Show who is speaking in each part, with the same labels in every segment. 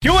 Speaker 1: ¿Qué hubo?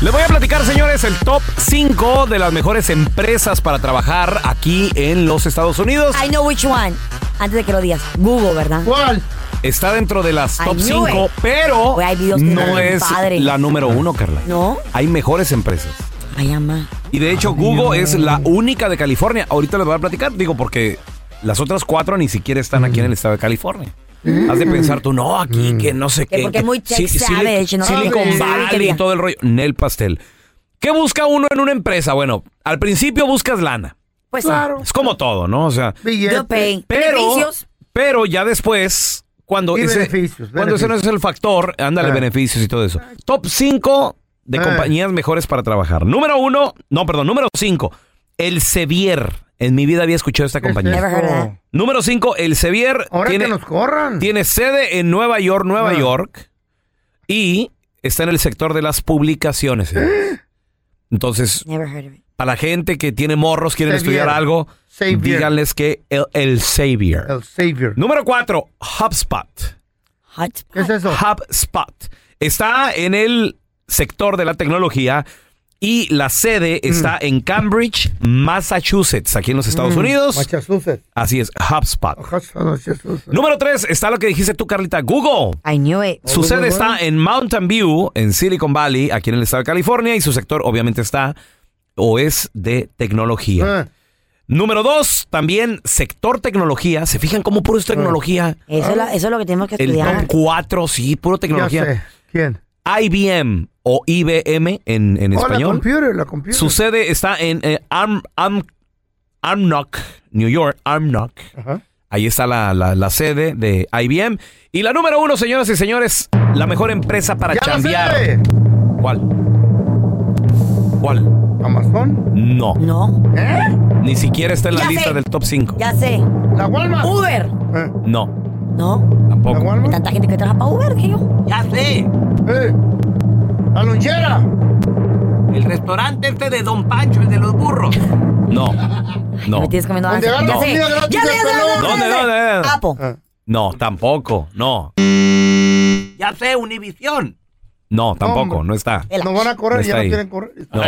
Speaker 1: Les voy a platicar, señores, el top 5 de las mejores empresas para trabajar aquí en los Estados Unidos.
Speaker 2: I know which one. Antes de que lo digas, Google, ¿verdad?
Speaker 3: ¿Cuál?
Speaker 1: Está dentro de las
Speaker 2: I
Speaker 1: top
Speaker 2: knew
Speaker 1: 5,
Speaker 2: it.
Speaker 1: pero
Speaker 2: Güey, hay videos que
Speaker 1: no
Speaker 2: están bien
Speaker 1: es
Speaker 2: padres.
Speaker 1: la número uno, Carla.
Speaker 2: ¿No?
Speaker 1: Hay mejores empresas.
Speaker 2: Ay, ama.
Speaker 1: Y de hecho, Google es la única de California. Ahorita les voy a platicar, digo, porque las otras cuatro ni siquiera están aquí en el estado de California. Has de pensar tú, no, aquí, que no sé
Speaker 2: Que
Speaker 1: qué.
Speaker 2: porque
Speaker 1: que
Speaker 2: muy tech savage, ¿no?
Speaker 1: Silicon
Speaker 2: Sí.
Speaker 1: Valley y
Speaker 2: Sabía.
Speaker 1: todo el rollo. Nel pastel. ¿Qué busca uno en una empresa? Bueno, al principio buscas lana.
Speaker 2: Pues
Speaker 3: Claro.
Speaker 1: Es como todo, ¿no? O sea,
Speaker 3: Billete.
Speaker 2: Yo pay.
Speaker 1: pero,
Speaker 2: Beneficios.
Speaker 1: pero ya después, cuando,
Speaker 3: Y
Speaker 1: ese,
Speaker 3: beneficios,
Speaker 1: cuando ese no es
Speaker 3: beneficios.
Speaker 1: el factor, ándale,
Speaker 3: Ah.
Speaker 1: beneficios y todo eso. Top 5 de
Speaker 3: Ah.
Speaker 1: compañías mejores para trabajar. Número 1, no, perdón, número 5, el Sevier. En mi vida había escuchado esta
Speaker 3: ¿Qué es
Speaker 1: compañía.
Speaker 2: Never heard of that.
Speaker 3: esto?
Speaker 1: Número 5, el Sevier
Speaker 3: Ahora
Speaker 1: tiene,
Speaker 3: que nos corran.
Speaker 1: tiene sede en Nueva York, Nueva
Speaker 3: Ah.
Speaker 1: York, y está en el sector de las publicaciones. señores. Entonces,
Speaker 2: Never heard of it.
Speaker 1: para la gente que tiene morros, quieren
Speaker 3: Sevier.
Speaker 1: estudiar algo,
Speaker 3: Sevier.
Speaker 1: díganles que el, el Sevier.
Speaker 3: El Savior.
Speaker 1: Número 4, HubSpot.
Speaker 2: Hot.
Speaker 3: ¿Qué es eso?
Speaker 1: HubSpot. Está en el sector de la tecnología y la sede está
Speaker 3: Mm.
Speaker 1: en Cambridge, Massachusetts, aquí en los Estados Unidos.
Speaker 3: Massachusetts.
Speaker 1: Así es, HubSpot.
Speaker 3: Massachusetts.
Speaker 1: Número 3, está lo que dijiste tú, Carlita, Google.
Speaker 2: I knew it.
Speaker 1: Su sede
Speaker 3: Google.
Speaker 1: está en Mountain View, en Silicon Valley, aquí en el estado de California, y su sector obviamente está o es de tecnología.
Speaker 3: Ah,
Speaker 1: Número 2, también sector tecnología. ¿Se fijan cómo puro es
Speaker 3: Ah.
Speaker 1: tecnología?
Speaker 2: Eso, es la- eso es lo que tenemos que
Speaker 1: El
Speaker 2: estudiar.
Speaker 1: top 4, sí, puro
Speaker 3: Ah, ya
Speaker 1: tecnología.
Speaker 3: sé. ¿Quién?
Speaker 1: IBM o IBM en, en
Speaker 3: Oh, la
Speaker 1: español.
Speaker 3: computer, la computer.
Speaker 1: Su sede está en eh, Arm- Arm- Armagh, New York, Armagh.
Speaker 3: Ajá.
Speaker 1: Ahí está la, la- la sede de IBM. Y la número uno, señoras y señores, la mejor empresa para
Speaker 3: ¡Ya la
Speaker 1: chambear.
Speaker 3: sé!
Speaker 1: ¿Cuál? ¿Cuál?
Speaker 3: Amazon.
Speaker 1: No.
Speaker 2: No,
Speaker 3: ¿Eh?
Speaker 1: Ni siquiera está en la
Speaker 2: Ya
Speaker 1: lista
Speaker 2: sé.
Speaker 1: del top 5.
Speaker 2: ya sé.
Speaker 3: La Walmart.
Speaker 1: Uh,
Speaker 2: Uber.
Speaker 3: Eh,
Speaker 1: No,
Speaker 2: No,
Speaker 3: La
Speaker 1: tampoco.
Speaker 3: Walmart.
Speaker 2: tanta gente que trabaja para Uber que yo.
Speaker 4: Ya sé,
Speaker 3: Eh, la lonchera.
Speaker 4: el restaurante este de Don Pancho, el de los burros.
Speaker 1: No. No.
Speaker 2: Me tienes comiendo
Speaker 3: ¿Dónde
Speaker 2: ansia.
Speaker 3: agarra
Speaker 2: Ya sé.
Speaker 3: comida gratis
Speaker 2: Ya sé,
Speaker 3: el
Speaker 2: ya sé, ya sé,
Speaker 3: pelón?
Speaker 2: ya sé,
Speaker 1: ¿Dónde,
Speaker 2: ya sé.
Speaker 1: dónde, dónde?
Speaker 2: Apo.
Speaker 3: Ah,
Speaker 1: No, tampoco. No.
Speaker 4: Ya sé, Univisión.
Speaker 1: No, tampoco.
Speaker 3: Hombre.
Speaker 1: No está.
Speaker 2: Vela.
Speaker 3: Nos van a correr,
Speaker 1: Está
Speaker 3: ya
Speaker 1: ahí.
Speaker 3: no quieren correr.
Speaker 1: No.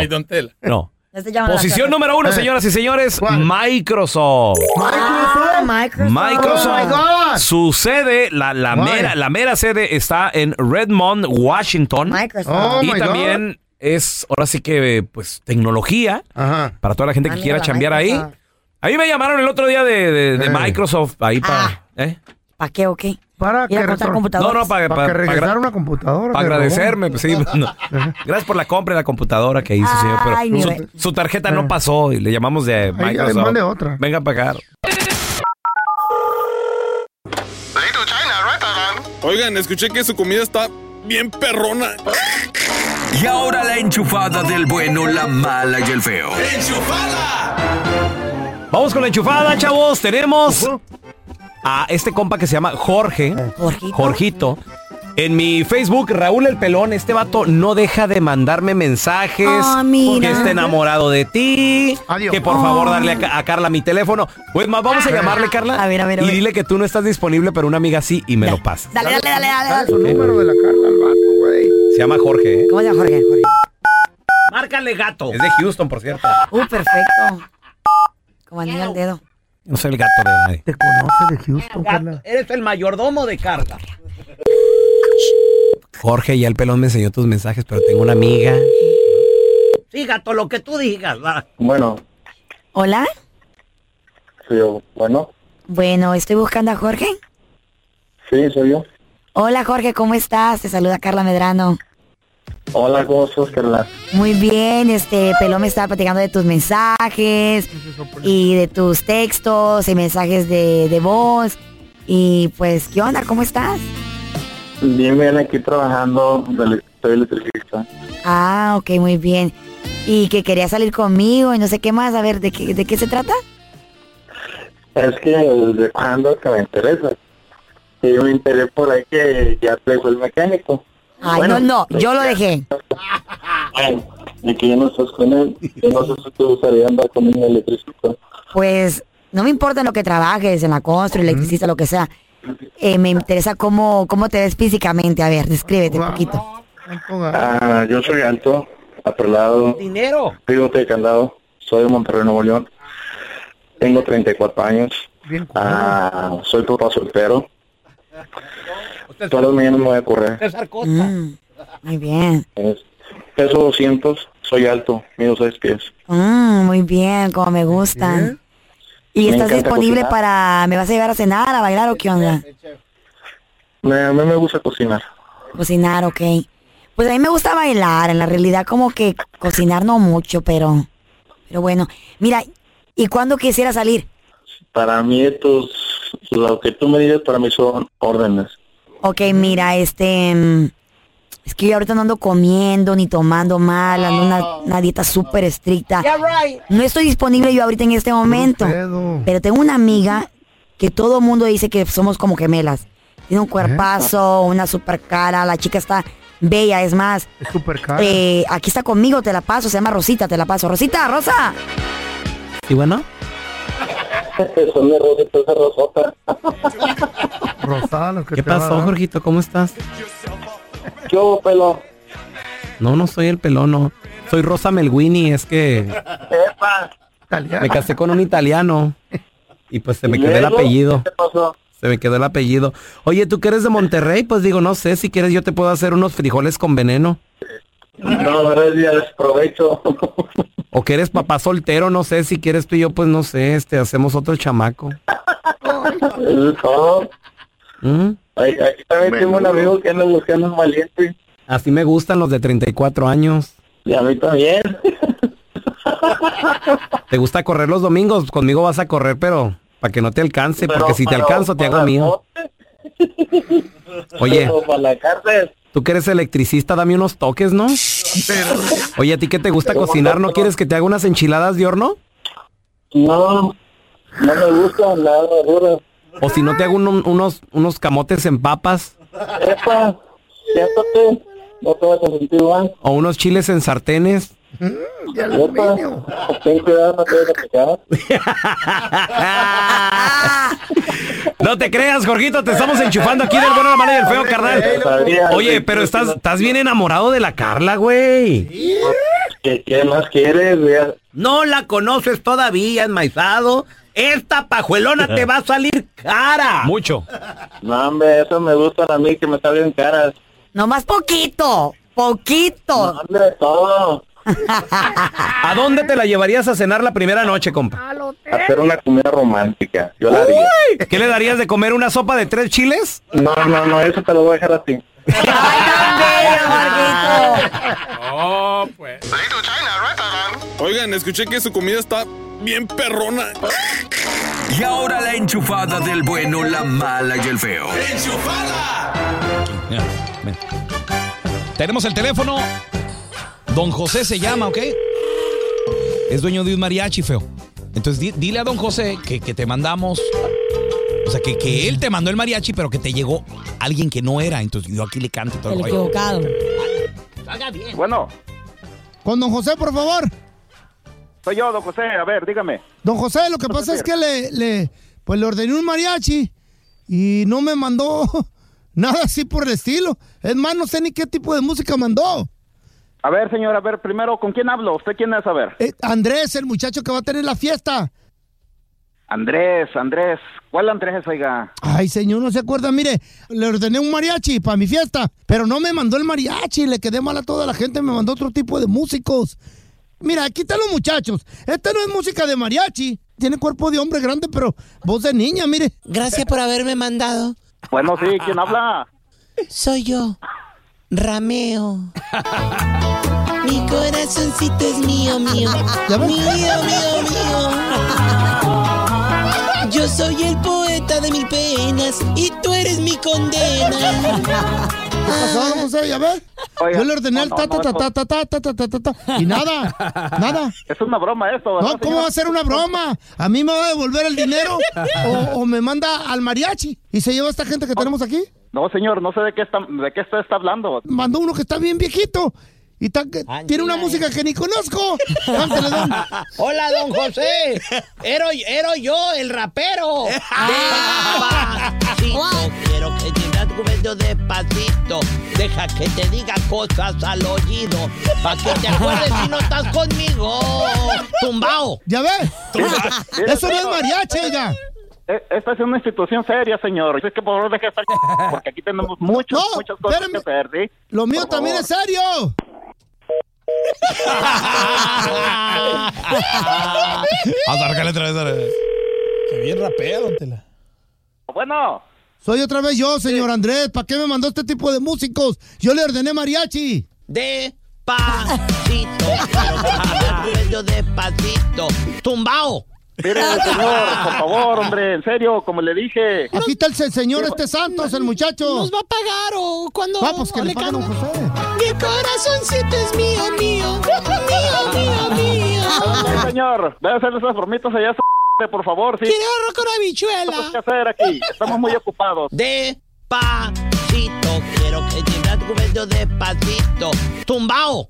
Speaker 1: No.
Speaker 2: Ya se llaman a Ah, la
Speaker 1: Posición
Speaker 2: casa.
Speaker 1: número uno,
Speaker 3: Eh.
Speaker 1: señoras y señores,
Speaker 3: ¿Cuál?
Speaker 1: Microsoft.
Speaker 2: Ah, Microsoft.
Speaker 3: Microsoft. Oh my
Speaker 1: Microsoft.
Speaker 3: God.
Speaker 1: Su sede, la, la,
Speaker 3: Why?
Speaker 1: mera, la mera sede está en Redmond, Washington.
Speaker 2: Microsoft. Ah,
Speaker 3: Oh,
Speaker 1: y
Speaker 3: my
Speaker 1: también es, ahora sí que, pues, tecnología
Speaker 3: Ajá.
Speaker 1: para toda la gente que
Speaker 2: Amigo,
Speaker 1: quiera
Speaker 2: la
Speaker 1: chambear ahí.
Speaker 2: Microsoft.
Speaker 1: A mí me llamaron el otro día de, de- de
Speaker 3: Eh.
Speaker 1: Microsoft, ahí para... ¿eh?
Speaker 2: Ah. ¿Para qué o qué?
Speaker 3: Para
Speaker 2: Ir
Speaker 3: que
Speaker 2: a contar
Speaker 3: retro-
Speaker 1: No,
Speaker 2: computadoras.
Speaker 1: no, para,
Speaker 3: Para que regresar una computadora.
Speaker 1: Para
Speaker 3: que robó.
Speaker 1: agradecerme, pues sí. no. Gracias por la compra de la computadora que hizo, señor.
Speaker 2: Ay, Ah.
Speaker 1: Pero
Speaker 2: ni
Speaker 1: su,
Speaker 2: ve.
Speaker 1: su tarjeta no pasó y le llamamos de
Speaker 3: Ahí, ahí
Speaker 1: Microsoft.
Speaker 3: mande otra.
Speaker 1: Venga a pagar.
Speaker 5: Oigan, escuché que su comida está bien perrona.
Speaker 6: Y ahora la enchufada del bueno, la mala y el feo.
Speaker 1: Vamos con la enchufada, chavos. Tenemos a este compa que se llama Jorge.
Speaker 2: Jorgito.
Speaker 1: Jorgito. En mi Facebook, Raúl el Pelón, este vato no deja de mandarme mensajes.
Speaker 2: Ah, mira.
Speaker 1: Que está enamorado de ti.
Speaker 3: Adiós.
Speaker 1: Que por favor
Speaker 2: Ah.
Speaker 1: darle a, Ca- a Carla mi teléfono. Pues más, vamos a llamarle, Carla.
Speaker 2: A ver, a ver, a
Speaker 1: y
Speaker 2: ver.
Speaker 1: dile que tú no estás disponible, pero una amiga sí y me lo pasa.
Speaker 2: Dale, dale, dale, dale. dale.
Speaker 3: Su número de la Carla al vato, güey.
Speaker 1: Se llama Jorge, ¿eh?
Speaker 2: ¿Cómo se llama Jorge? Jorge.
Speaker 1: Márcale gato. Es de Houston, por cierto.
Speaker 2: Uh, perfecto. Como anillo al dedo.
Speaker 1: No soy el gato de nadie.
Speaker 3: Te conoce de Houston, Carla.
Speaker 1: Eres el mayordomo de Carla. Jorge, ya el pelón me enseñó tus mensajes, pero tengo una amiga.
Speaker 4: Sí, gato, lo que tú digas. va.
Speaker 7: Bueno,
Speaker 2: ¿Hola?
Speaker 7: soy yo. Bueno,
Speaker 2: Bueno, estoy buscando a Jorge.
Speaker 7: sí, soy yo.
Speaker 2: Hola, Jorge, ¿cómo estás? Te saluda Carla Medrano.
Speaker 7: Hola, ¿cómo estás, Carla?
Speaker 2: Muy bien, este Pelón me estaba platicando de tus mensajes y de tus textos y mensajes de, de voz. Y pues, ¿qué onda? ¿Cómo estás?
Speaker 7: Bien, bien, aquí trabajando. del- Soy electricista.
Speaker 2: Ah, ok, muy bien. Y que quería salir conmigo y no sé qué más. A ver, ¿de qué, de qué se trata?
Speaker 7: Es que desde cuando que me interesa. Y yo me enteré por ahí que ya te dejó el mecánico.
Speaker 2: Ay,
Speaker 7: Bueno,
Speaker 2: no, no, yo lo dejé.
Speaker 7: Ay, de que ya no estás con él. Yo no sé si te gustaría andar con un electricista.
Speaker 2: Pues no me importa en lo que trabajes, en la constru, electricista, lo que sea. Eh, me interesa cómo, cómo te ves físicamente. A ver, descríbete un poquito.
Speaker 3: No ponga-
Speaker 7: Ah, yo soy alto, aperlado,
Speaker 1: Dinero.
Speaker 7: vivo de candado. Soy de Monterrey, Nuevo León. Tengo 34 años.
Speaker 3: Bien,
Speaker 7: Ah, soy papá soltero. Todas las mañanas me voy a correr.
Speaker 2: Mm, muy bien.
Speaker 7: Es- Peso 200, soy alto, mido 6 pies.
Speaker 2: Mm, muy bien, como me gustan. ¿Y
Speaker 7: Me
Speaker 2: estás
Speaker 7: encanta
Speaker 2: disponible
Speaker 7: cocinar.
Speaker 2: para... ¿Me vas a llevar a cenar, a bailar o qué onda?
Speaker 7: Me, a mí me gusta cocinar.
Speaker 2: Cocinar, ok. Pues a mí me gusta bailar, en la realidad como que cocinar no mucho, pero... Pero bueno, mira, ¿y cuándo quisiera salir?
Speaker 7: Para mí, estos, lo que tú me digas, para mí son órdenes.
Speaker 2: Ok, mira, este... mm, Es que yo ahorita no ando comiendo ni tomando mal, ando en una, una dieta súper estricta. No estoy disponible yo ahorita en este momento.
Speaker 3: pedo.
Speaker 2: Pero tengo una amiga que todo mundo dice que somos como gemelas. Tiene un cuerpazo, una super cara, la chica está bella, es más.
Speaker 3: Es súper caro.
Speaker 2: eh, aquí está conmigo, te la paso, se llama Rosita, te la paso. Rosita, Rosa.
Speaker 1: ¿Y bueno?
Speaker 7: son de rosa, de rosota.
Speaker 3: Rosada, lo que
Speaker 1: ¿Qué
Speaker 3: te va a
Speaker 1: pasó,
Speaker 3: dar.
Speaker 1: Jorgito? ¿Cómo estás?
Speaker 7: Yo, pelo.
Speaker 1: No, no soy el pelón, no. Soy Rosa Melguini, es que
Speaker 7: Epa.
Speaker 3: Italiano.
Speaker 1: me casé con un italiano. Y pues se me
Speaker 7: ¿Y
Speaker 1: quedó el
Speaker 7: luego?
Speaker 1: apellido.
Speaker 7: ¿Qué pasó?
Speaker 1: Se me quedó el apellido. Oye, ¿tú que eres de Monterrey? Pues digo, no sé, si quieres yo te puedo hacer unos frijoles con veneno.
Speaker 7: No, gracias, provecho.
Speaker 1: O que eres papá soltero, no sé, si quieres tú y yo, pues no sé, este, hacemos otro chamaco.
Speaker 7: Eso es todo.
Speaker 1: ¿Mm?
Speaker 7: Ay, Aquí también tengo un amigo que anda buscando un valiente.
Speaker 1: Así me gustan los de 34 años.
Speaker 7: Y a mí también.
Speaker 1: ¿Te gusta correr los domingos? Conmigo vas a correr, pero para que no te alcance, porque si te alcanzo te hago mío. Oye,
Speaker 7: Pero para la cárcel.
Speaker 1: tú que eres electricista, dame unos toques, ¿no? Oye, ¿a ti que te gusta cocinar? ¿No quieres que te haga unas enchiladas de horno?
Speaker 7: No, no me gusta nada duro.
Speaker 1: O si no te hago un- unos, unos camotes en papas
Speaker 7: Epa, siéntate, no te vas a sentir mal.
Speaker 1: o unos chiles en sartenes.
Speaker 3: De
Speaker 7: Epa,
Speaker 3: aluminio.
Speaker 7: ten cuidado, no te vayas a pegar.
Speaker 1: No te creas, Jorgito, te estamos enchufando aquí del bueno, la mala y el feo,
Speaker 7: Yo
Speaker 1: carnal.
Speaker 7: sabía
Speaker 1: Oye,
Speaker 7: que-
Speaker 1: pero estás, estás bien enamorado de la Carla, güey.
Speaker 7: ¿Qué, qué más quieres? Ya-
Speaker 1: No la conoces todavía, enmaizado. Esta pajuelona te va a salir cara. Mucho.
Speaker 7: No, hombre, eso me gustan a mí, que me salen caras.
Speaker 2: Nomás poquito, poquito.
Speaker 7: Hombre, todo.
Speaker 1: ¿A dónde te la llevarías a cenar la primera noche, compa?
Speaker 7: Hacer una comida romántica, yo la haría.
Speaker 1: ¿Qué le darías de comer una sopa de tres chiles?
Speaker 7: No, no, no, eso te lo voy a dejar a ti.
Speaker 2: Ay, tan bello, Jorgito.
Speaker 5: Oigan, escuché que su comida está bien perrona.
Speaker 6: Y ahora la enchufada del bueno, la mala y el feo.
Speaker 1: Mira, mira. Tenemos el teléfono. Don José se llama, ¿ok? Es dueño de un mariachi, feo.
Speaker 8: Entonces di- dile a don José que, que te mandamos. O sea, que, que él te mandó el mariachi, pero que te llegó alguien que no era. Entonces yo aquí le canto y todo
Speaker 2: El
Speaker 8: rollo.
Speaker 2: equivocado.
Speaker 9: Bueno,
Speaker 3: Con don José, por favor.
Speaker 9: soy yo, don José. A ver, dígame.
Speaker 3: Don José, lo que pasa Pues es que le, le- pues le ordené un mariachi y no me mandó nada así por el estilo. Es más, no sé ni qué tipo de música mandó.
Speaker 9: A ver, señor, a ver, primero, ¿con quién hablo? ¿Usted quién es? A ver.
Speaker 3: Eh, Andrés, el muchacho que va a tener la fiesta.
Speaker 9: Andrés, Andrés. ¿Cuál Andrés, oiga?
Speaker 3: Ay, señor, no se acuerda, mire, le ordené un mariachi para mi fiesta, pero no me mandó el mariachi, le quedé mal a toda la gente, me mandó otro tipo de músicos. Mira, aquí están los muchachos. Esta no es música de mariachi. Tiene cuerpo de hombre grande, pero voz de niña, mire.
Speaker 10: Gracias por haberme mandado.
Speaker 9: Bueno, sí, ¿quién habla?
Speaker 10: Soy yo, Rameo. Mi corazoncito es mío, mío.
Speaker 3: Mío,
Speaker 10: mío, mío. Yo soy el poeta de mis penas y tú eres mi condena.
Speaker 3: ¿Qué pasó, José? ¿Ya ves?
Speaker 9: Oiga,
Speaker 3: Yo le ordené
Speaker 9: no,
Speaker 3: el
Speaker 9: no,
Speaker 3: ta,
Speaker 9: no,
Speaker 3: ta,
Speaker 9: eso-
Speaker 3: ta, ta, ta, ta, ta, ta, ta, ta, y nada, nada.
Speaker 9: Es una broma esto, ¿verdad,
Speaker 3: No, ¿cómo va a ser una broma? ¿A mí me va a devolver el dinero o, o me manda al mariachi y se lleva esta gente que tenemos aquí?
Speaker 9: No, señor, no sé de qué está, de qué usted está hablando.
Speaker 3: mandó uno que está bien viejito. Y está- que tiene una música que ni conozco. Cántale, don.
Speaker 11: Hola, don José. Ero, ero yo, el rapero. Despacito, quiero que digas cuento despacito. Deja que te diga cosas al oído. Pa' que te acuerdes si no estás conmigo. Tumbao.
Speaker 3: ¿Ya ves?
Speaker 9: Mire,
Speaker 3: Eso no es
Speaker 9: señor,
Speaker 3: mariachi, oiga.
Speaker 9: eh, Esta es una institución seria, señor. Es que por favor deje de estar... Porque aquí tenemos muchas, muchas cosas que hacer, ¿sí?
Speaker 3: Lo mío
Speaker 9: Por
Speaker 3: también es
Speaker 9: favor.
Speaker 3: serio.
Speaker 8: Atárcale otra vez, otra vez.
Speaker 3: Qué bien rapero, Tela.
Speaker 9: Bueno.
Speaker 3: Soy otra vez yo, señor Andrés. ¿Para qué me mandó este tipo de músicos? Yo le ordené mariachi.
Speaker 11: De Despacito, quiero que digas cuento despacito. Tumbao.
Speaker 9: Mire, señor, por favor, hombre, en serio, como le dije.
Speaker 3: Aquí está el se- señor este Santos, el muchacho.
Speaker 10: ¿Nos va a pagar o cuando
Speaker 3: Ah, pues que
Speaker 10: le
Speaker 3: le pagan a don José.
Speaker 10: Mi corazoncito es mío, mío. Mío,
Speaker 9: Sí,
Speaker 10: mío, mío.
Speaker 9: señor, debe hacer esas bromitas allá, esa- por favor, sí.
Speaker 10: Quiero arroz con habichuela.
Speaker 9: Tenemos que hacer aquí? Estamos muy ocupados.
Speaker 11: Despacito, quiero que digas cuento despacito. Tumbao.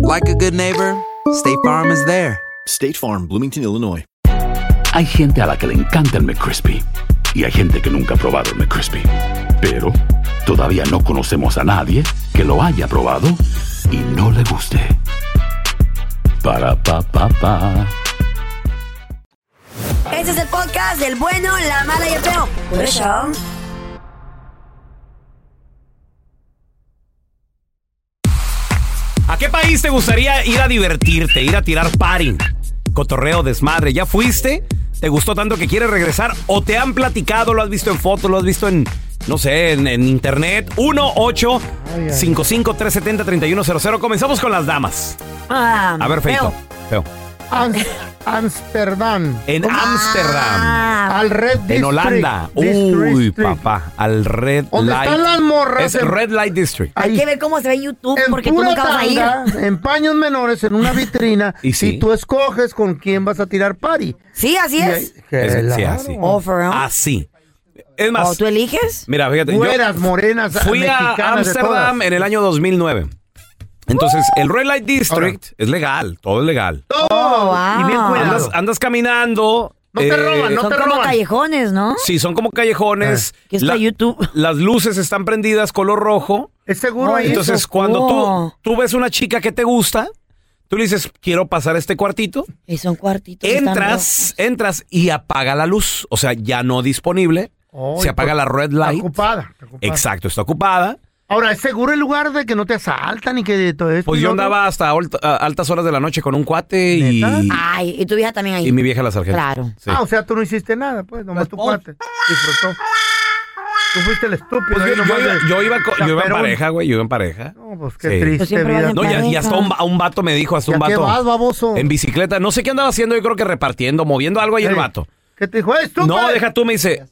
Speaker 12: like a good neighbor, State Farm is there.
Speaker 13: State Farm, Bloomington, Illinois.
Speaker 14: Hay gente a la que le encanta el McCrispy y hay gente que nunca ha probado el McCrispy. Pero todavía no conocemos a nadie que lo haya probado y no le guste. Para pa pa pa.
Speaker 2: Este es el podcast del bueno, la mala y el feo. Por eso.
Speaker 1: ¿A qué país te gustaría ir a divertirte, ir a tirar party? Cotorreo, desmadre, ¿ya fuiste? ¿Te gustó tanto que quieres regresar? ¿O te han platicado, lo has visto en fotos, lo has visto en, no sé, en, en internet? 1 8 55 370 3100 Comenzamos con las damas.
Speaker 2: Ah,
Speaker 1: A ver, Feito. Feo.
Speaker 3: Amsterdam.
Speaker 1: En
Speaker 3: Ah,
Speaker 2: Ah.
Speaker 1: Ámsterdam.
Speaker 3: Al Red
Speaker 1: En Holanda. Uy, papá. Al Red
Speaker 3: ¿Dónde
Speaker 1: Light.
Speaker 3: están las morras? Ah,
Speaker 1: Es Red Light District.
Speaker 2: Hay que ver cómo se ve en YouTube porque tú
Speaker 3: Pura
Speaker 2: nunca vas a ir.
Speaker 3: tanga, en paños menores, en una vitrina, y tú escoges con quién vas a tirar party.
Speaker 2: Sí, así
Speaker 3: Y
Speaker 2: es.
Speaker 3: ahí-
Speaker 1: Es- sí,
Speaker 3: Claro.
Speaker 1: así. Así.
Speaker 3: Oh,
Speaker 1: Es más.
Speaker 2: ¿O tú eliges?
Speaker 1: Mira, fíjate. yo
Speaker 3: Güeras, morenas,
Speaker 1: Fui a
Speaker 3: mexicanas, de
Speaker 1: Ámsterdam
Speaker 3: todas.
Speaker 1: en el año 2009. Entonces, el Red Light District es legal, todo es legal.
Speaker 2: Oh, wow.
Speaker 1: Y
Speaker 3: Ah.
Speaker 1: bien cuidado. Andas, andas caminando. No
Speaker 2: Son como callejones, ¿no?
Speaker 1: Sí, son como callejones.
Speaker 2: Que está
Speaker 1: YouTube. Las luces están prendidas color rojo.
Speaker 3: Es seguro ahí
Speaker 1: Entonces,
Speaker 3: eso?
Speaker 1: cuando
Speaker 3: Oh.
Speaker 1: tú, tú ves una chica que te gusta, tú le dices, quiero pasar a este cuartito.
Speaker 2: Y son cuartitos. que están
Speaker 1: Entras, entras y apaga la luz. O sea, ya no disponible.
Speaker 3: Oh,
Speaker 1: se
Speaker 3: y
Speaker 1: apaga
Speaker 3: por-
Speaker 1: la red light.
Speaker 3: Ocupada.
Speaker 1: Exacto, está ocupada.
Speaker 3: Ahora, ¿es seguro el lugar de que no te asaltan y que de todo esto?
Speaker 1: Pues
Speaker 3: y
Speaker 1: yo
Speaker 3: lo otro?
Speaker 1: andaba hasta alt- a- altas horas de la noche con un cuate y,
Speaker 2: dando- Ay, y tu vieja también ahí.
Speaker 1: y mi vieja la sargento.
Speaker 2: Claro.
Speaker 1: Sí. oh.
Speaker 3: Ah, o sea, tú no hiciste nada, pues, nomás tu cuate disfrutó. Tú fuiste el estúpido.
Speaker 1: Pues
Speaker 3: ahí
Speaker 1: yo,
Speaker 3: nomás
Speaker 1: yo iba-
Speaker 3: de-
Speaker 1: yo iba, co- yo iba en
Speaker 3: chaperón.
Speaker 1: pareja, güey, yo iba en pareja. No,
Speaker 3: pues qué triste Pues siempre vida. vas en
Speaker 1: No, y, y
Speaker 3: pareja.
Speaker 1: hasta un, a un vato me dijo, hasta
Speaker 3: ¿Y
Speaker 1: un
Speaker 3: a qué
Speaker 1: vato.
Speaker 3: vas, baboso?
Speaker 1: En bicicleta, no sé qué andaba haciendo, yo creo que repartiendo, moviendo algo ahí el vato.
Speaker 3: ¿Qué te dijo? ¡Estúpido! Ah,
Speaker 1: No, deja tú, me dice,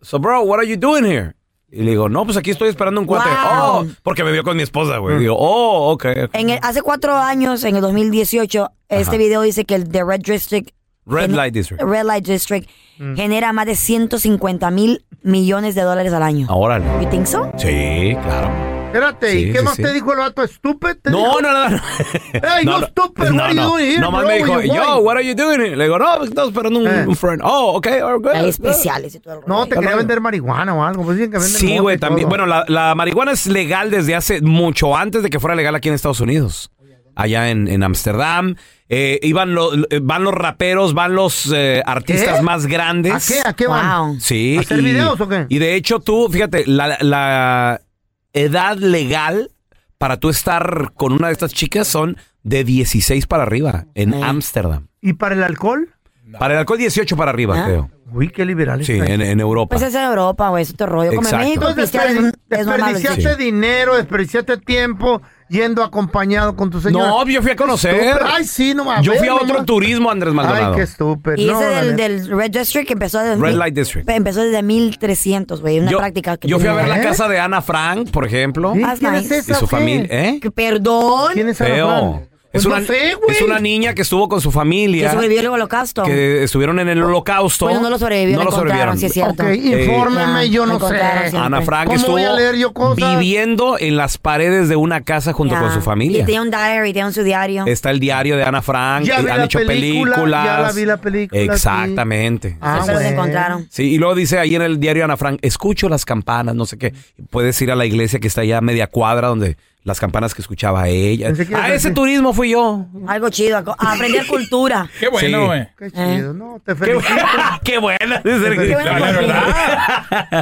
Speaker 1: so bro, what are you doing here? Y le digo, no, pues aquí estoy esperando un cuate.
Speaker 2: Wow.
Speaker 1: Oh, porque me vio con mi esposa, güey. Digo, oh, ok.
Speaker 2: En el- hace cuatro años, en el 2018, este video dice que el The Red District,
Speaker 1: Red Light District.
Speaker 2: Red Light District
Speaker 3: Mm.
Speaker 2: genera más de 150 mil millones de dólares al año.
Speaker 1: Ahora.
Speaker 2: You think so?
Speaker 1: Ah, Sí, claro.
Speaker 3: Espérate, ¿y
Speaker 1: Sí,
Speaker 3: qué
Speaker 1: sí,
Speaker 3: más
Speaker 1: sí.
Speaker 3: te dijo el vato estúpido?
Speaker 1: No, no, no, no.
Speaker 3: ¡Ey, no, estúpido!
Speaker 1: no,
Speaker 3: what are
Speaker 1: no.
Speaker 3: you doing here,
Speaker 1: Nomás
Speaker 3: bro?
Speaker 1: me dijo,
Speaker 3: You Eh.
Speaker 1: yo,
Speaker 3: white?"
Speaker 1: what are you doing here? Le digo, no, pues, estaba esperando un, un friend. Oh, ok, all good.
Speaker 3: Hay especiales
Speaker 2: y todo el
Speaker 3: No, te quería vender marihuana o algo. Pues dicen que venden
Speaker 1: Sí,
Speaker 3: mota
Speaker 1: güey,
Speaker 3: y todo.
Speaker 1: también. Bueno, la, la marihuana es legal desde hace mucho antes de que fuera legal aquí en Estados Unidos. Allá en en Amsterdam. Eh, iban lo- eh, van los raperos, van los eh, artistas
Speaker 3: ¿Qué?
Speaker 1: más grandes.
Speaker 3: ¿A qué? ¿A qué van? Wow.
Speaker 1: Sí.
Speaker 3: ¿A hacer
Speaker 1: y,
Speaker 3: videos o qué?
Speaker 1: Y de hecho tú, fíjate, la, la edad legal para tú estar con una de estas chicas son de 16 para arriba en Amsterdam.
Speaker 3: ¿Y para el alcohol?
Speaker 1: Para el alcohol 18 para arriba,
Speaker 2: Ah.
Speaker 1: creo.
Speaker 3: Uy, qué liberal.
Speaker 1: Sí, en, en Europa.
Speaker 2: Pues es en Europa, güey, es otro rollo. Como en
Speaker 1: Exacto. Pues
Speaker 2: México,
Speaker 3: Entonces
Speaker 2: pistear es,
Speaker 3: desperdi-
Speaker 2: es normal. güey.
Speaker 3: desperdiciaste dinero, desperdiciaste tiempo yendo acompañado con tu señora.
Speaker 1: No, yo fui a conocer.
Speaker 3: Estúpido. Ay, sí, no mames.
Speaker 1: Yo fui a
Speaker 3: Nomás.
Speaker 1: otro turismo, Andrés Maldonado.
Speaker 3: Ay, qué estúpido.
Speaker 1: pues,
Speaker 2: Y
Speaker 3: No,
Speaker 2: ese
Speaker 3: la
Speaker 2: del,
Speaker 3: neta.
Speaker 2: del Red District empezó desde...
Speaker 1: Red
Speaker 2: mil-
Speaker 1: Light District.
Speaker 2: Empezó desde 1300, güey, una
Speaker 1: yo,
Speaker 2: práctica que
Speaker 1: yo fui a ver
Speaker 2: tiene.
Speaker 1: la casa de Ana Frank, por ejemplo.
Speaker 2: ¿Sí? That's ¿Quién es nice.
Speaker 1: Y
Speaker 2: esa,
Speaker 1: su
Speaker 2: o qué?
Speaker 1: familia, ¿eh?
Speaker 2: Que Perdón.
Speaker 1: Feo.
Speaker 2: Pues
Speaker 3: Pues
Speaker 1: Es una, es una niña que estuvo con su
Speaker 2: Que
Speaker 1: familia.
Speaker 2: sobrevivió el holocausto.
Speaker 1: que estuvieron en el holocausto.
Speaker 2: Bueno, no lo sobrevivieron,
Speaker 1: No
Speaker 2: la
Speaker 1: lo
Speaker 2: encontraron,
Speaker 1: sobrevivieron.
Speaker 2: sí es cierto. Ah,
Speaker 3: Ok,
Speaker 1: Eh,
Speaker 3: infórmeme, yo
Speaker 2: me
Speaker 3: no sé.
Speaker 2: contaron siempre.
Speaker 1: Ana Frank
Speaker 3: ¿Cómo
Speaker 1: estuvo
Speaker 3: voy a leer yo cosas?
Speaker 1: viviendo en las paredes de una casa junto
Speaker 2: Ya.
Speaker 1: con su
Speaker 2: Y
Speaker 1: familia.
Speaker 2: tenía un diary, tenía un su diario.
Speaker 1: Está el diario de Ana Frank,
Speaker 2: Ya
Speaker 1: han
Speaker 2: vi la
Speaker 1: hecho
Speaker 2: película,
Speaker 1: películas.
Speaker 2: ya la vi la película, sí.
Speaker 1: Exactamente.
Speaker 2: Ah, se los
Speaker 1: Entonces,
Speaker 2: encontraron.
Speaker 1: Sí, y luego dice ahí en el diario Ana Frank, escucho las campanas, no sé qué. Puedes ir a la iglesia que está allá a media cuadra donde las campanas que escuchaba ella.
Speaker 2: Pensé que
Speaker 1: A
Speaker 2: ibas a
Speaker 1: ese
Speaker 2: decir-
Speaker 1: turismo fui yo.
Speaker 2: Algo chido, a- a aprender cultura.
Speaker 1: Qué bueno, Sí. güey.
Speaker 3: Qué
Speaker 2: Eh.
Speaker 3: chido, ¿no? Te
Speaker 1: Qué,
Speaker 3: felicito.
Speaker 1: qué buena. dice el-
Speaker 3: Qué buena
Speaker 1: La
Speaker 3: por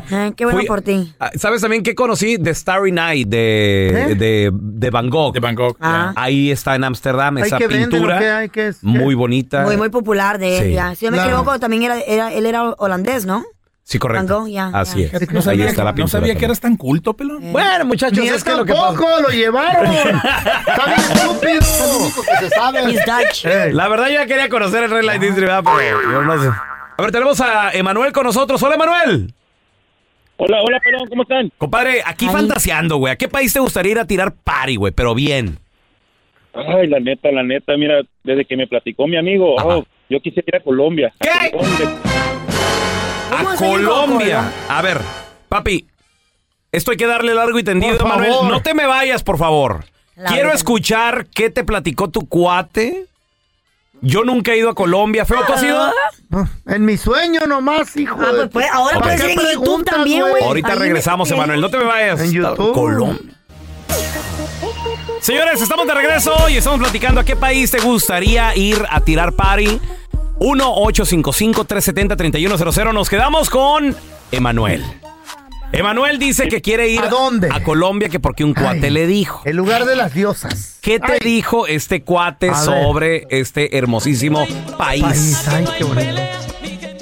Speaker 3: ti.
Speaker 2: Eh, qué bueno
Speaker 1: Fui-
Speaker 2: por ti.
Speaker 1: Ah, ¿Sabes también qué conocí? The Starry Night de,
Speaker 2: ¿Eh?
Speaker 1: de, de Van Gogh. De Van Gogh.
Speaker 2: Ah.
Speaker 1: Ahí está en Ámsterdam,
Speaker 2: Ay,
Speaker 1: esa
Speaker 2: que venden,
Speaker 1: pintura.
Speaker 2: ¿o qué? Ay, ¿qué es?
Speaker 1: Muy bonita.
Speaker 2: Muy, muy popular de
Speaker 1: Sí.
Speaker 2: él, ya. Si yo me
Speaker 1: Claro.
Speaker 2: equivoco, también era, era- él era holandés, ¿no?
Speaker 1: Sí,
Speaker 2: Van
Speaker 1: correcto.
Speaker 2: Gogh, ya,
Speaker 1: Así
Speaker 2: ya.
Speaker 1: es.
Speaker 2: No
Speaker 1: Ahí
Speaker 2: sabía-
Speaker 1: está la
Speaker 2: no
Speaker 1: pintura.
Speaker 2: sabía que
Speaker 1: eras tan culto, pelón. Bueno, muchachos,
Speaker 3: Ni
Speaker 1: es que lo que
Speaker 3: tampoco lo llevaron. Está bien estúpido. Es lo único que se sabe.
Speaker 1: Ey. La verdad, yo ya quería conocer el Red Light District, ¿verdad? Pero yo no sé. A ver, tenemos a Emanuel con nosotros. Hola, Emanuel.
Speaker 15: Hola, hola, pelón, ¿cómo están?
Speaker 1: Compadre, aquí fantaseando, güey. ¿A qué país te gustaría ir a tirar party, güey? Pero bien.
Speaker 15: Ay, la neta, la neta, mira, desde que me platicó mi amigo, oh, yo quisiera ir a Colombia. ¿Qué?
Speaker 1: A Colombia. A ver, papi, esto hay que darle largo y tendido,
Speaker 15: Por
Speaker 1: Manuel.
Speaker 15: favor.
Speaker 1: No te me vayas, por favor. Quiero escuchar qué te platicó tu cuate. Yo nunca he ido a Colombia. Feo, ¿tú has ido?
Speaker 15: Ah.
Speaker 3: Ah, En mi sueño nomás, hijo. Ah, pues,
Speaker 2: ahora
Speaker 1: puedes ir en
Speaker 2: YouTube también,
Speaker 1: Ahorita regresamos, Emanuel. No te me vayas. En YouTube. Colombia. Señores, estamos de regreso y estamos platicando a qué país te gustaría ir a tirar party. 1-855-370-3100. Nos quedamos con Emanuel. Emanuel dice que quiere ir
Speaker 3: ¿A dónde?
Speaker 1: a Colombia que porque un cuate le dijo.
Speaker 3: El lugar de las diosas.
Speaker 1: ¿Qué te dijo este cuate
Speaker 3: A ver.
Speaker 1: sobre este hermosísimo país?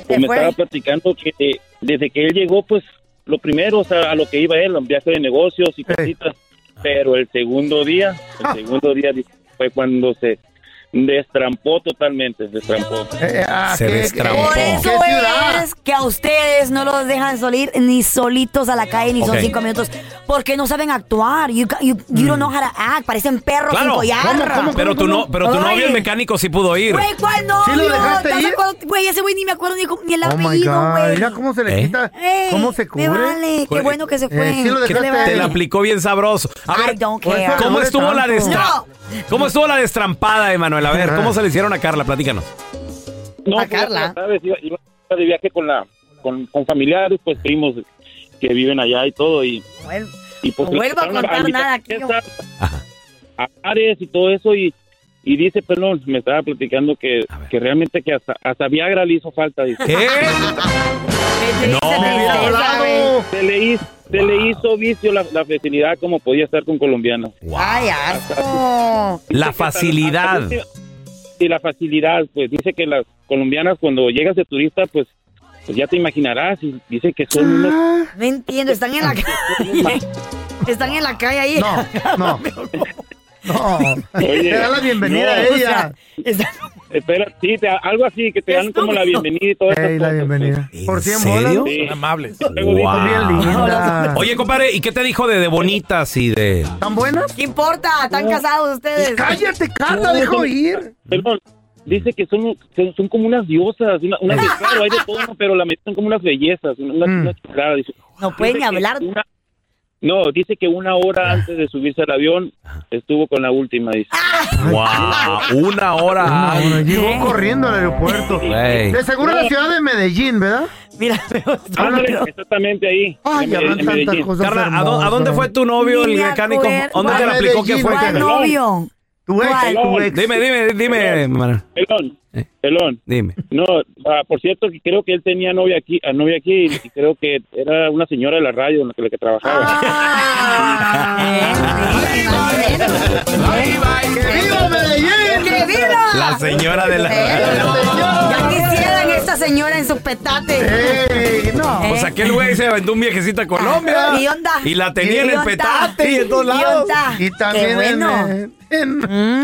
Speaker 15: Pues me estaba platicando que eh, desde que él llegó, pues lo primero, o sea, a lo que iba él, un viaje de negocios y cositas. Pero el segundo día, el segundo día di- fue cuando se destrampó totalmente, se destrampó.
Speaker 3: Eh, ah,
Speaker 1: Se
Speaker 3: qué-
Speaker 1: destrampó.
Speaker 3: qué-
Speaker 2: Por eso
Speaker 3: ¿Qué ciudad?
Speaker 2: es que a ustedes no los dejan salir ni solitos a la calle ni
Speaker 1: Ok. Mm.
Speaker 2: son cinco minutos porque no saben actuar. You, ca- you, you don't know how to act. Parecen perros sin
Speaker 1: Claro.
Speaker 2: collar.
Speaker 1: pero tu, no, pero tu
Speaker 2: Ay,
Speaker 1: novio el mecánico sí pudo ir.
Speaker 2: Güey, ¿cuál novio?
Speaker 3: ¿Sí lo dejaste
Speaker 2: ¿Estás
Speaker 3: ir?
Speaker 2: acuerdo- Güey, ese güey ni me acuerdo ni, cómo- ni el
Speaker 3: Oh my
Speaker 2: apellido,
Speaker 3: God.
Speaker 2: güey.
Speaker 3: Mira cómo se le
Speaker 1: ¿Eh?
Speaker 3: quita.
Speaker 2: Ey,
Speaker 3: ¿Cómo se cubre?
Speaker 2: Me vale. Qué bueno que se fue.
Speaker 3: Eh, sí lo
Speaker 1: Que
Speaker 3: dejaste
Speaker 2: Me
Speaker 1: te la
Speaker 2: vale.
Speaker 1: aplicó bien sabroso. A ver,
Speaker 2: I don't care.
Speaker 1: ¿cómo estuvo la destra- ¿Cómo estuvo la destrampada, Emanuel? A ver, ¿cómo se le hicieron a Carla? Platícanos.
Speaker 15: No, pues, ya sabes, iba, iba de viaje con la con, con familiares, pues primos que viven allá y todo y y pues
Speaker 2: No vuelvo a
Speaker 15: empezaron
Speaker 2: contar
Speaker 15: invitar
Speaker 2: nada aquí.
Speaker 15: a bares y todo eso y y dice, perdón, me estaba platicando que, que realmente que hasta, hasta Viagra le hizo falta. Dice.
Speaker 1: ¿Qué?
Speaker 15: No. Se le hizo, se le hizo vicio la, la flexibilidad como podía estar con colombianos.
Speaker 2: Ay, asco.
Speaker 1: La facilidad.
Speaker 15: Y la facilidad, pues dice que las colombianas cuando llegas de turista, pues, pues ya te imaginarás, y dice que son
Speaker 3: Ah.
Speaker 15: unos...
Speaker 2: No entiendo, están en la calle. Están en la calle ahí.
Speaker 3: No, no.
Speaker 15: Oye,
Speaker 3: Te da la bienvenida a
Speaker 15: no,
Speaker 3: ella.
Speaker 15: Espera, sí, te- algo así, que te dan como la bienvenida y todo eso.
Speaker 3: Ey, la bienvenida. Por 100 bolas. ¿no?
Speaker 15: Sí.
Speaker 8: amables.
Speaker 3: linda.
Speaker 1: Oye, compadre, ¿y qué te dijo de, de bonitas y de...?
Speaker 3: ¿Están buenas?
Speaker 2: ¿Qué importa? Están casados ustedes.
Speaker 3: Cállate,
Speaker 15: Carla, No, deja no. oír. Perdón, dice que son, que son como unas diosas, una, una-
Speaker 2: Ah.
Speaker 15: claro, hay de todo, ¿no? pero la meten como unas bellezas, una, una- una chulada, dice.
Speaker 2: No Mm. pueden
Speaker 15: Dice que
Speaker 2: hablar.
Speaker 1: Pues
Speaker 2: Ah.
Speaker 15: una- no, dice que una hora antes de subirse al avión estuvo con la última, dice.
Speaker 1: ¡Wow! Una hora.
Speaker 3: Llegó corriendo al aeropuerto.
Speaker 1: Güey.
Speaker 3: De seguro la ciudad de Medellín, ¿verdad?
Speaker 2: Mira,
Speaker 15: Ándale, Ah, exactamente ahí.
Speaker 1: Em,
Speaker 3: Ay,
Speaker 15: En-
Speaker 3: habrán
Speaker 15: en
Speaker 3: tantas
Speaker 15: Medellín.
Speaker 3: cosas
Speaker 1: Carla, ¿a, dó- a dónde fue tu novio, el
Speaker 2: Ni me
Speaker 1: mecánico? ¿A
Speaker 2: acuerdo.
Speaker 1: ¿Dónde te la aplicó? ¿Quién fue?
Speaker 2: ¿Cuál novio?
Speaker 3: Tu
Speaker 1: Em,
Speaker 2: ex, ¿Cuál? tu
Speaker 1: ex. Dime, dime, dime, Manuel.
Speaker 15: Pelón,
Speaker 2: Eh.
Speaker 15: pelón.
Speaker 1: Dime.
Speaker 15: No, ah, por cierto, que creo que él tenía novia aquí, a novia aquí, y creo que era una señora de la radio en la que, la que trabajaba.
Speaker 1: Ah.
Speaker 3: ¡Que
Speaker 1: em,
Speaker 3: viva Medellín!
Speaker 2: ¡Que viva!
Speaker 1: La señora de
Speaker 2: ¿Eh?
Speaker 1: la...
Speaker 2: Ya quisieran esta señora en su petate. ¿Eh?
Speaker 3: no.
Speaker 1: O sea, aquel güey se aventó un viajecito a Colombia.
Speaker 2: ¿Y onda?
Speaker 1: Y la tenía en
Speaker 2: ¿Y
Speaker 1: el
Speaker 2: onda?
Speaker 1: petate y em, en todos
Speaker 2: ¿Y
Speaker 1: lados. Mm.
Speaker 2: onda?
Speaker 3: Y también
Speaker 2: Qué bueno.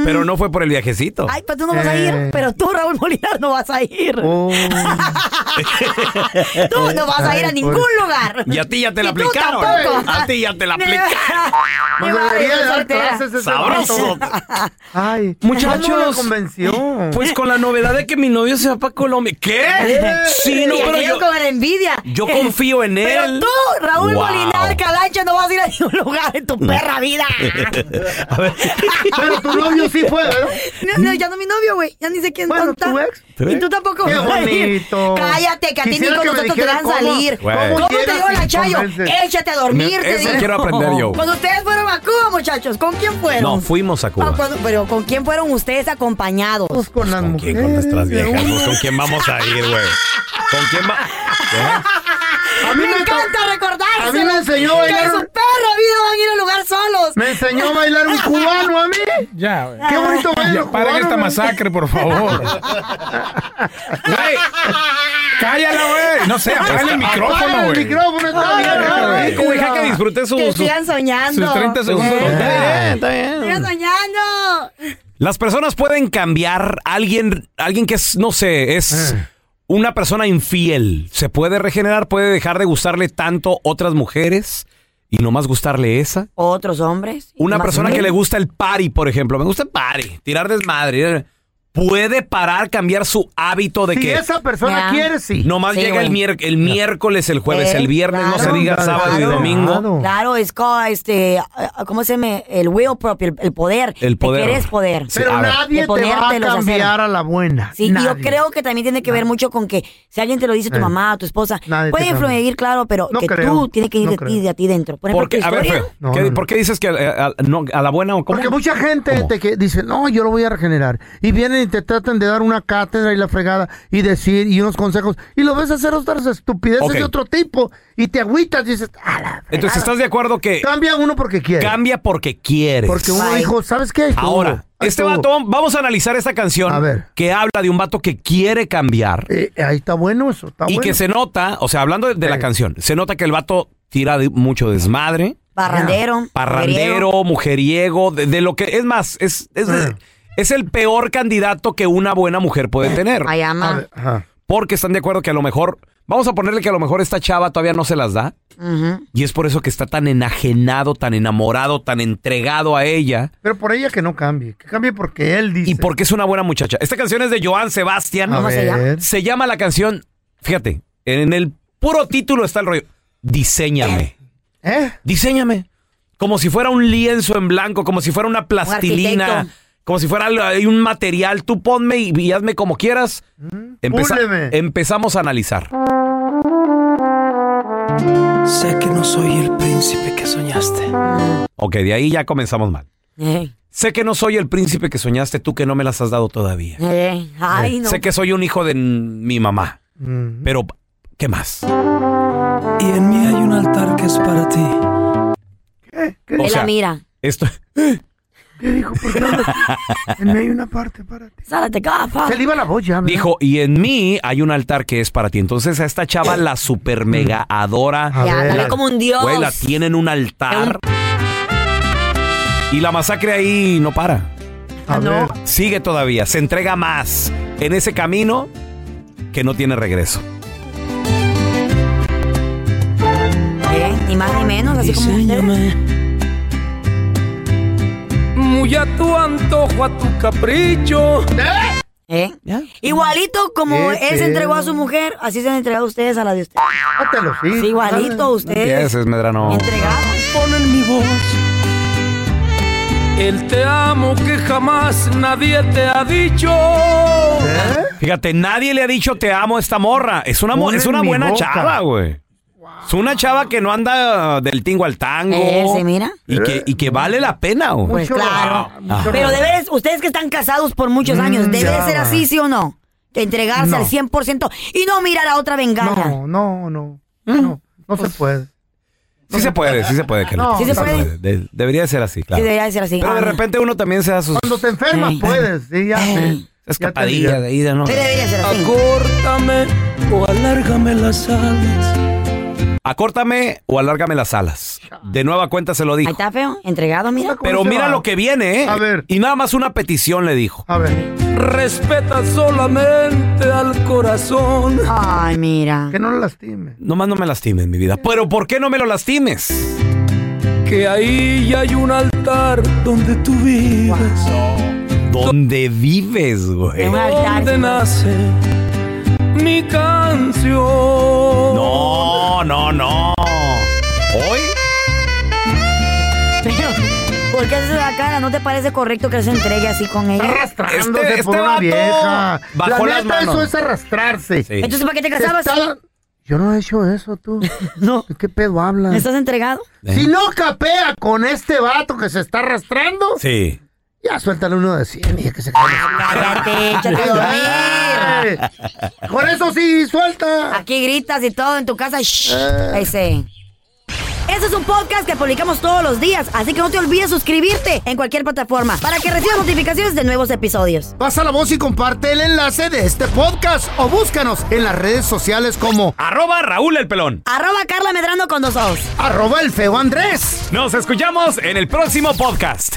Speaker 1: Pero no fue por el viajecito.
Speaker 2: Ay, pero tú no vas a ir.
Speaker 1: Eh.
Speaker 2: Pero tú, Raúl Molinar, no vas a ir.
Speaker 3: oh,
Speaker 2: Tú no vas a ir a ningún lugar.
Speaker 1: Y a ti ya te la
Speaker 2: Y tú
Speaker 1: aplicaron.
Speaker 2: tampoco.
Speaker 1: A ti ya te la
Speaker 2: Me-
Speaker 1: aplicaron.
Speaker 2: Me
Speaker 3: Nos
Speaker 2: va a
Speaker 3: Pues debería
Speaker 2: ir
Speaker 3: de dar
Speaker 2: soltera.
Speaker 3: clases ese
Speaker 1: Sabroso.
Speaker 3: vato. Ay,
Speaker 1: Muchachos.
Speaker 3: ¿cómo no la convenció?
Speaker 1: Pues con la novedad de que mi novio se va para Colombia. ¿Qué? Sí, no,
Speaker 2: Y
Speaker 1: pero
Speaker 2: aquello
Speaker 1: yo,
Speaker 2: con la envidia.
Speaker 1: yo confío en
Speaker 2: Pero
Speaker 1: él.
Speaker 2: tú, Raúl
Speaker 1: Wow.
Speaker 2: Molinar, Calancha, no vas a ir a ningún lugar en tu perra vida.
Speaker 3: Pero tu novio sí fue, ¿verdad?
Speaker 2: No, no, ya no mi novio, güey. Ya ni sé quién
Speaker 3: Bueno,
Speaker 2: está.
Speaker 3: ¿tu ex?
Speaker 2: Y tú tampoco
Speaker 3: Qué
Speaker 2: vas a ir.
Speaker 3: bonito.
Speaker 2: Cállate, que a ti ni
Speaker 3: Quisiera
Speaker 2: con
Speaker 3: que me
Speaker 2: nosotros te dejan
Speaker 3: dijeras cómo-
Speaker 2: salir.
Speaker 1: Güey.
Speaker 2: ¿Cómo,
Speaker 3: cómo
Speaker 2: te
Speaker 3: llegas
Speaker 2: digo la
Speaker 3: sin
Speaker 2: Chayo?
Speaker 3: convences?
Speaker 2: Échate a dormir, te
Speaker 1: Eso
Speaker 2: digo.
Speaker 1: quiero aprender yo.
Speaker 2: Cuando ustedes fueron a Cuba, muchachos, ¿con quién fueron?
Speaker 1: No, fuimos a Cuba.
Speaker 2: Ah, cuando- pero ¿con quién fueron ustedes acompañados?
Speaker 3: Con las
Speaker 1: ¿Quién con
Speaker 3: mujeres.
Speaker 1: nuestras
Speaker 3: de
Speaker 1: viejas?
Speaker 3: una.
Speaker 1: ¿Con quién vamos a ir, güey? ¿Con quién va? ¿Eh?
Speaker 3: A mí
Speaker 2: Me
Speaker 3: me to-
Speaker 2: encanta recordarse.
Speaker 3: a mí me enseñó a
Speaker 2: que
Speaker 3: bailar-
Speaker 2: su perra vida van a ir a un lugar solos.
Speaker 3: Me enseñó a bailar un cubano a mí.
Speaker 16: Ya, güey.
Speaker 3: Qué bonito baile un
Speaker 16: Paren
Speaker 3: cubano.
Speaker 16: esta
Speaker 3: me-
Speaker 16: masacre, por favor. Güey, cállala, güey. No sé, apaga el micrófono,
Speaker 3: Apaga el
Speaker 16: güey.
Speaker 3: micrófono, está
Speaker 2: Ay,
Speaker 3: bien,
Speaker 2: no,
Speaker 3: güey.
Speaker 1: Ay, como deja que disfrute sus,
Speaker 2: que
Speaker 1: sus-
Speaker 2: sigan soñando.
Speaker 16: Sus 30 segundos.
Speaker 2: Sigan soñando.
Speaker 1: Las personas pueden cambiar. Alguien, alguien que es, no sé, es
Speaker 3: Ah.
Speaker 1: una persona infiel. Se puede regenerar, puede dejar de gustarle tanto otras mujeres y nomás gustarle esa.
Speaker 2: Otros hombres.
Speaker 1: Una
Speaker 2: Más
Speaker 1: persona que
Speaker 2: bien.
Speaker 1: le gusta el party, por ejemplo. Me gusta el party, tirar desmadre. eh, Puede parar, cambiar su hábito de
Speaker 3: Si
Speaker 1: que
Speaker 3: esa persona
Speaker 2: Ya.
Speaker 3: quiere, sí.
Speaker 1: nomás
Speaker 2: Sí,
Speaker 1: llega el,
Speaker 2: güey.
Speaker 1: mier- el miércoles, el jueves,
Speaker 2: Eh,
Speaker 1: el viernes, no se
Speaker 2: claro,
Speaker 1: diga
Speaker 3: claro,
Speaker 1: sábado y
Speaker 3: claro.
Speaker 1: domingo.
Speaker 2: Claro, es como este, ah, ah, ¿cómo se me? El will propio, el, el poder.
Speaker 1: El
Speaker 2: Te
Speaker 1: poder.
Speaker 2: quieres poder.
Speaker 1: Sí,
Speaker 3: Pero
Speaker 1: a ver.
Speaker 3: nadie
Speaker 2: De
Speaker 3: te va a
Speaker 2: ponértelos a hacer.
Speaker 3: cambiar a la buena.
Speaker 2: Sí, y yo
Speaker 3: Nadie.
Speaker 2: creo que también tiene que ver mucho con que si alguien te lo dice tu
Speaker 3: Eh.
Speaker 2: mamá o tu esposa,
Speaker 3: Nadie
Speaker 2: puede
Speaker 3: te cambia.
Speaker 2: influir, claro, pero
Speaker 3: No
Speaker 2: que
Speaker 3: creo,
Speaker 2: tú tienes que ir
Speaker 3: no
Speaker 2: de ti,
Speaker 3: creo.
Speaker 2: de a ti dentro. Por ejemplo,
Speaker 1: Porque,
Speaker 2: tu
Speaker 1: a ver,
Speaker 2: historia,
Speaker 1: Feo,
Speaker 3: No,
Speaker 1: ¿qué-
Speaker 3: no, no.
Speaker 1: ¿por qué dices que eh, a, no, a la buena o cómo?
Speaker 3: Porque mucha gente
Speaker 1: ¿Cómo?
Speaker 3: te que dice, no, yo lo voy a regenerar. Y vienen y te tratan de dar una cátedra y la fregada y decir y unos consejos. Y lo ves hacer otras estupideces
Speaker 1: Ok.
Speaker 3: de otro tipo. Y te agüitas y dices, "A la
Speaker 1: Entonces, ¿estás de acuerdo que
Speaker 3: Cambia uno porque quiere.
Speaker 1: cambia porque quieres?
Speaker 3: Porque uno
Speaker 2: Ay.
Speaker 3: dijo, ¿sabes qué? Estuvo,
Speaker 1: Ahora, este
Speaker 3: estuvo".
Speaker 1: vato, vamos a analizar esta canción
Speaker 3: A ver.
Speaker 1: que habla de un vato que quiere cambiar
Speaker 3: Eh, ahí está bueno eso.
Speaker 1: y
Speaker 3: Está Ah, bueno.
Speaker 1: que se nota, o sea, hablando de, de la canción, se nota que el vato tira de mucho desmadre,
Speaker 2: barrandero.
Speaker 1: parrandero,
Speaker 2: mujeriego.
Speaker 1: mujeriego, de, de lo que es más, es, es,
Speaker 3: Ah.
Speaker 1: es el peor candidato que una buena mujer puede tener.
Speaker 2: Ay,
Speaker 3: A
Speaker 2: ama.
Speaker 3: ver, ajá.
Speaker 1: Porque están de acuerdo que a lo mejor Vamos a ponerle que a lo mejor esta chava todavía no se las da.
Speaker 3: Ujú.
Speaker 1: Y es por eso que está tan enajenado, tan enamorado, tan entregado a ella.
Speaker 3: Pero por ella que no cambie, que cambie porque él dice.
Speaker 1: Y porque es una buena muchacha. Esta canción es de Joan Sebastián.
Speaker 3: A ¿Cómo se llama? ver.
Speaker 1: Se llama la canción, fíjate, en el puro título está el rollo. Diseñame.
Speaker 3: ¿Eh?
Speaker 1: Diseñame. Como si fuera un lienzo en blanco, como si fuera una plastilina,
Speaker 3: arquitecto.
Speaker 1: como si fuera algo- hay un material. Tú ponme y, y hazme como quieras. Empeza-
Speaker 17: púleme.
Speaker 1: empezamos a analizar.
Speaker 17: Sé que no soy el príncipe que soñaste.
Speaker 1: Ok, de ahí ya comenzamos mal. Sé que no soy el príncipe que soñaste tú que no me las has dado todavía.
Speaker 2: Eh, ay, no.
Speaker 1: Sé que soy un hijo de n- mi mamá.
Speaker 3: Mm.
Speaker 1: Pero, ¿qué más?
Speaker 17: Y en mí hay un altar que es para ti.
Speaker 1: ¿Qué? O
Speaker 2: Él
Speaker 1: sea-
Speaker 2: la mira.
Speaker 1: Esto.
Speaker 3: Pues En mí hay una parte para ti.
Speaker 2: Sálate, capa.
Speaker 3: Se le iba la voz ya, ¿verdad?
Speaker 1: Dijo, y en mí hay un altar que es para ti. Entonces a esta chava la super mega adora.
Speaker 2: Ya, la ve
Speaker 1: La-
Speaker 2: como un dios.
Speaker 1: Güey, la tiene en un altar. Y la masacre ahí no para. Sigue todavía, se entrega más en ese camino que no tiene regreso.
Speaker 2: Eh, ni más ni menos, así como usted.
Speaker 17: Muy a tu antojo, a tu capricho.
Speaker 2: ¿Eh? Igualito como
Speaker 17: Qué
Speaker 2: él se entregó a
Speaker 17: feo.
Speaker 2: su mujer, así se han entregado ustedes a la de ustedes.
Speaker 3: Sí,
Speaker 2: igualito a ustedes.
Speaker 1: Ese es Medrano.
Speaker 17: Pon en mi voz el te amo que jamás nadie te ha dicho.
Speaker 1: Fíjate, nadie le ha dicho te amo a esta morra. Es una, mo-
Speaker 17: Pon
Speaker 1: es
Speaker 17: en
Speaker 1: una
Speaker 17: mi
Speaker 1: buena
Speaker 17: boca.
Speaker 1: chava, güey. Es una chava que no anda del tingo al tango.
Speaker 2: Eh, ¿se mira?
Speaker 1: Y que, y que vale la pena, güey.
Speaker 2: Pues claro.
Speaker 1: Ajá.
Speaker 2: Pero debe de- ustedes que están casados por muchos años,
Speaker 1: Mm,
Speaker 2: ¿debe
Speaker 1: ya,
Speaker 2: de ser así,
Speaker 1: güey.
Speaker 2: sí o no? De entregarse
Speaker 3: No.
Speaker 2: al 100% y no mirar a otra venganza.
Speaker 3: No, no, no.
Speaker 2: Mm.
Speaker 3: No, no
Speaker 2: Pues,
Speaker 3: se puede.
Speaker 1: Sí se puede, sí se puede. Kelly.
Speaker 3: No,
Speaker 2: ¿sí se puede?
Speaker 1: De- debería ser así, claro.
Speaker 2: Sí, debería ser así.
Speaker 1: Pero de
Speaker 2: Ah.
Speaker 1: repente uno también se da sus...
Speaker 3: Cuando te enfermas puedes, sí, ya.
Speaker 1: Escapadilla de ida, ¿no?
Speaker 17: Acórtame o alárgame las alas.
Speaker 1: Acórtame o alárgame las alas. De nueva cuenta se lo
Speaker 2: Ahí
Speaker 1: dijo.
Speaker 2: está feo, entregado, mira.
Speaker 1: Pero mira lo que viene, ¿eh?
Speaker 17: A ver.
Speaker 1: Y nada más una petición le dijo.
Speaker 3: A ver.
Speaker 17: Respeta solamente al corazón.
Speaker 2: Ay, mira.
Speaker 3: Que no lo lastime.
Speaker 1: Nomás no me lastimes, mi vida. Pero ¿por qué no me lo lastimes?
Speaker 17: Que ahí hay un altar donde tú vives.
Speaker 1: ¿Dónde vives, güey?
Speaker 17: Donde nace mi canción.
Speaker 1: No, no, no. ¿Hoy?
Speaker 2: ¿Por qué haces la cara? ¿No te parece correcto que él se entregue así con ella?
Speaker 3: Arrastrándose por una vieja.
Speaker 2: Este, bajó
Speaker 3: la
Speaker 2: las
Speaker 3: neta,
Speaker 2: manos.
Speaker 3: eso es arrastrarse.
Speaker 2: Entonces, ¿para qué te casabas?
Speaker 3: Está- Yo no he hecho eso, tú.
Speaker 2: no.
Speaker 3: ¿Qué pedo hablas?
Speaker 2: ¿Estás entregado?
Speaker 3: Si no capea con este vato que se está arrastrando,
Speaker 1: Sí.
Speaker 3: ya suéltale uno de 100 y que se
Speaker 2: Ah,
Speaker 3: Cállate,
Speaker 2: échate a
Speaker 3: Con eso sí, suelta.
Speaker 2: Aquí gritas y todo en tu casa. Shh. Ese. Este es un podcast que publicamos todos los días, así que no te olvides suscribirte en cualquier plataforma para que recibas notificaciones de nuevos episodios.
Speaker 3: Pasa la voz y comparte el enlace de este podcast o búscanos en las redes sociales como
Speaker 1: Arroba Raúl el pelón.
Speaker 2: Arroba Carla Medrano con dos ojos.
Speaker 3: arroba el feo Andrés.
Speaker 1: Nos escuchamos en el próximo podcast.